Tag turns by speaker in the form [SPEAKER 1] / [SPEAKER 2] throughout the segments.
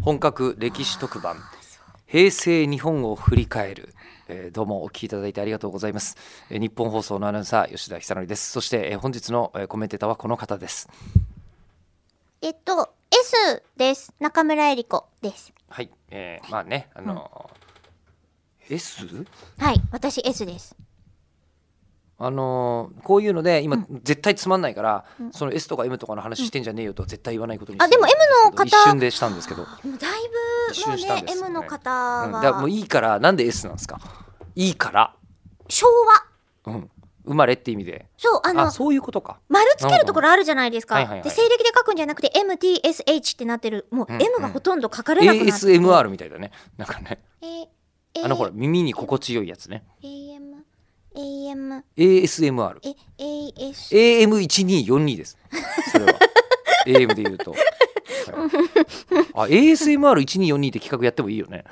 [SPEAKER 1] 本格歴史特番平成日本を振り返る、えーどうもお聞きいただいてありがとうございます、えー日本放送のアナウンサー吉田久典ですそして、えー本日の、えーコメンテーターはこの方です
[SPEAKER 2] えっと S です中村えり子です
[SPEAKER 1] はい、えーまあねあのー S?
[SPEAKER 2] はい私 S です
[SPEAKER 1] あのーこういうので今絶対つまんないから、その S とか M とかの話してんじゃねえよとは絶対言わないことにして
[SPEAKER 2] あでも M の方
[SPEAKER 1] 一瞬でしたんですけど
[SPEAKER 2] もうだい
[SPEAKER 1] 一
[SPEAKER 2] ぶもう
[SPEAKER 1] 瞬したん
[SPEAKER 2] ね
[SPEAKER 1] ですよ
[SPEAKER 2] M
[SPEAKER 1] ね
[SPEAKER 2] の方
[SPEAKER 1] うんだから
[SPEAKER 2] は、
[SPEAKER 1] もういいからなんで S なんですかいいから、
[SPEAKER 2] 昭和
[SPEAKER 1] うん、生まれって意味で
[SPEAKER 2] そうあの
[SPEAKER 1] あそういうことか
[SPEAKER 2] 丸つけるところあるじゃないですか、
[SPEAKER 1] はいはいはい
[SPEAKER 2] で西暦で書くんじゃなくて MTSH ってなってるもう
[SPEAKER 1] うん
[SPEAKER 2] M がほとんど書かれなくなって、
[SPEAKER 1] ASMR みたいだねなんかね
[SPEAKER 2] え
[SPEAKER 1] あのほら耳に心地よいやつね
[SPEAKER 2] AM AM
[SPEAKER 1] ASMRAM1242
[SPEAKER 2] え AS
[SPEAKER 1] ですそ れは AM で言うと、はいあ ASMR1242 って企画やってもいいよね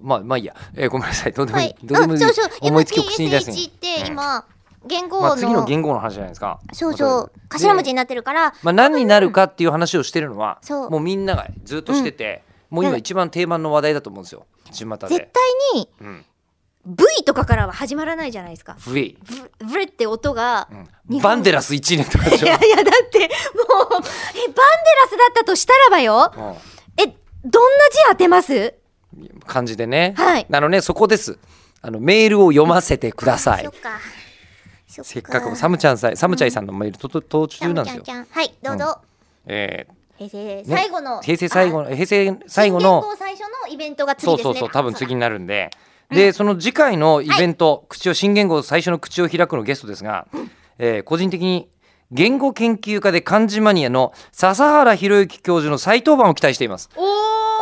[SPEAKER 1] まあまあいいや、えーごめんなさいどうでもいい、
[SPEAKER 2] はい
[SPEAKER 1] どうでも
[SPEAKER 2] あ
[SPEAKER 1] いい
[SPEAKER 2] そうそう
[SPEAKER 1] 思いつきを口に出す
[SPEAKER 2] MTSH っ
[SPEAKER 1] う
[SPEAKER 2] て
[SPEAKER 1] ん
[SPEAKER 2] 今、元号の、
[SPEAKER 1] まあ、次の言語の話じゃないですか
[SPEAKER 2] そうそう頭文字になってるから
[SPEAKER 1] まあ、何になるかっていう話をしてるのは、
[SPEAKER 2] そう
[SPEAKER 1] もうみんながずっとしてて、もう今一番定番の話題だと思うんですよ巷で。
[SPEAKER 2] 絶対に
[SPEAKER 1] うん
[SPEAKER 2] V とかからは始まらないじゃないですか。
[SPEAKER 1] V、
[SPEAKER 2] ブブレって音が、
[SPEAKER 1] うん、
[SPEAKER 2] 本
[SPEAKER 1] バンデラス1年とかでし
[SPEAKER 2] い
[SPEAKER 1] ょ
[SPEAKER 2] や。いやだってもうえバンデラスだったとしたらばよえどんな字当てます
[SPEAKER 1] うん、感じでね、
[SPEAKER 2] はい
[SPEAKER 1] なのねそこですあのメールを読ませてください
[SPEAKER 2] そっかそっ
[SPEAKER 1] せっかくサムちゃんさんサムチャイさんのメールとと途中なんですよ
[SPEAKER 2] ち、ゃんちゃんはいどうぞ、
[SPEAKER 1] え
[SPEAKER 2] 平成
[SPEAKER 1] ーね
[SPEAKER 2] 最後の、
[SPEAKER 1] 平成最後
[SPEAKER 2] あ
[SPEAKER 1] の平成最後
[SPEAKER 2] 新
[SPEAKER 1] の
[SPEAKER 2] 年号最初のイベントが次
[SPEAKER 1] そう
[SPEAKER 2] ですね
[SPEAKER 1] そうそう多分次になるんで、でその次回のイベント、口を新言語最初の口を開くのゲストですが、えー個人的に言語研究家で漢字マニアの笹原博之教授の再登板を期待しています
[SPEAKER 2] お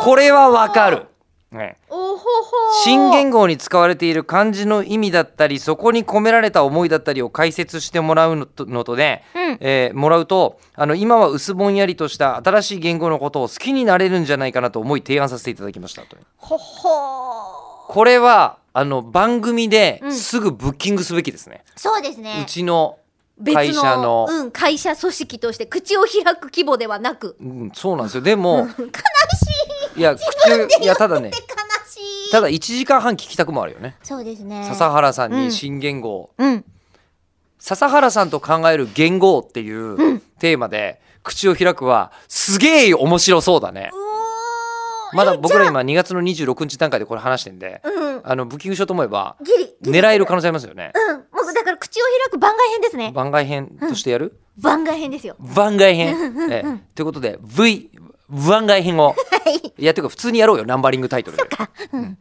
[SPEAKER 2] ー
[SPEAKER 1] これはわかる、ね、
[SPEAKER 2] おほほ
[SPEAKER 1] 新言語に使われている漢字の意味だったりそこに込められた思いだったりを解説してもらうのとのとで、
[SPEAKER 2] うん
[SPEAKER 1] えーもらうとあの今は薄ぼんやりとした新しい言語のことを好きになれるんじゃないかなと思い提案させていただきましたと
[SPEAKER 2] ほほー
[SPEAKER 1] これはあの番組で
[SPEAKER 2] うん
[SPEAKER 1] すぐブッキングすべきですね、
[SPEAKER 2] そうです
[SPEAKER 1] う
[SPEAKER 2] ね
[SPEAKER 1] ちの
[SPEAKER 2] 別
[SPEAKER 1] 会社の
[SPEAKER 2] うん、会社組織として口を開く規模ではなく
[SPEAKER 1] うん、そうなんですよでも
[SPEAKER 2] 悲し
[SPEAKER 1] い や口いやただね
[SPEAKER 2] いって悲しい
[SPEAKER 1] ただ1時間半聞きたくもあるよね
[SPEAKER 2] そうですね
[SPEAKER 1] 笹原さん
[SPEAKER 2] う
[SPEAKER 1] に
[SPEAKER 2] ん
[SPEAKER 1] 新言語を、
[SPEAKER 2] うん
[SPEAKER 1] 笹原さんと考える言語っていうテーマで口を開くはすげえ面白そうだねまだ僕ら今2月の26日段階でこれ話してんで
[SPEAKER 2] うん
[SPEAKER 1] あのブッキングしようと思えば
[SPEAKER 2] ギリギリ
[SPEAKER 1] 狙える可能性ありますよね
[SPEAKER 2] うんもうだから口を開く番外編ですね
[SPEAKER 1] 番外編としてやる、
[SPEAKER 2] 番外編ですよ
[SPEAKER 1] 番外編、ええということで V 番外編を
[SPEAKER 2] はい
[SPEAKER 1] いやていうか普通にやろうよナンバリングタイトルで、うん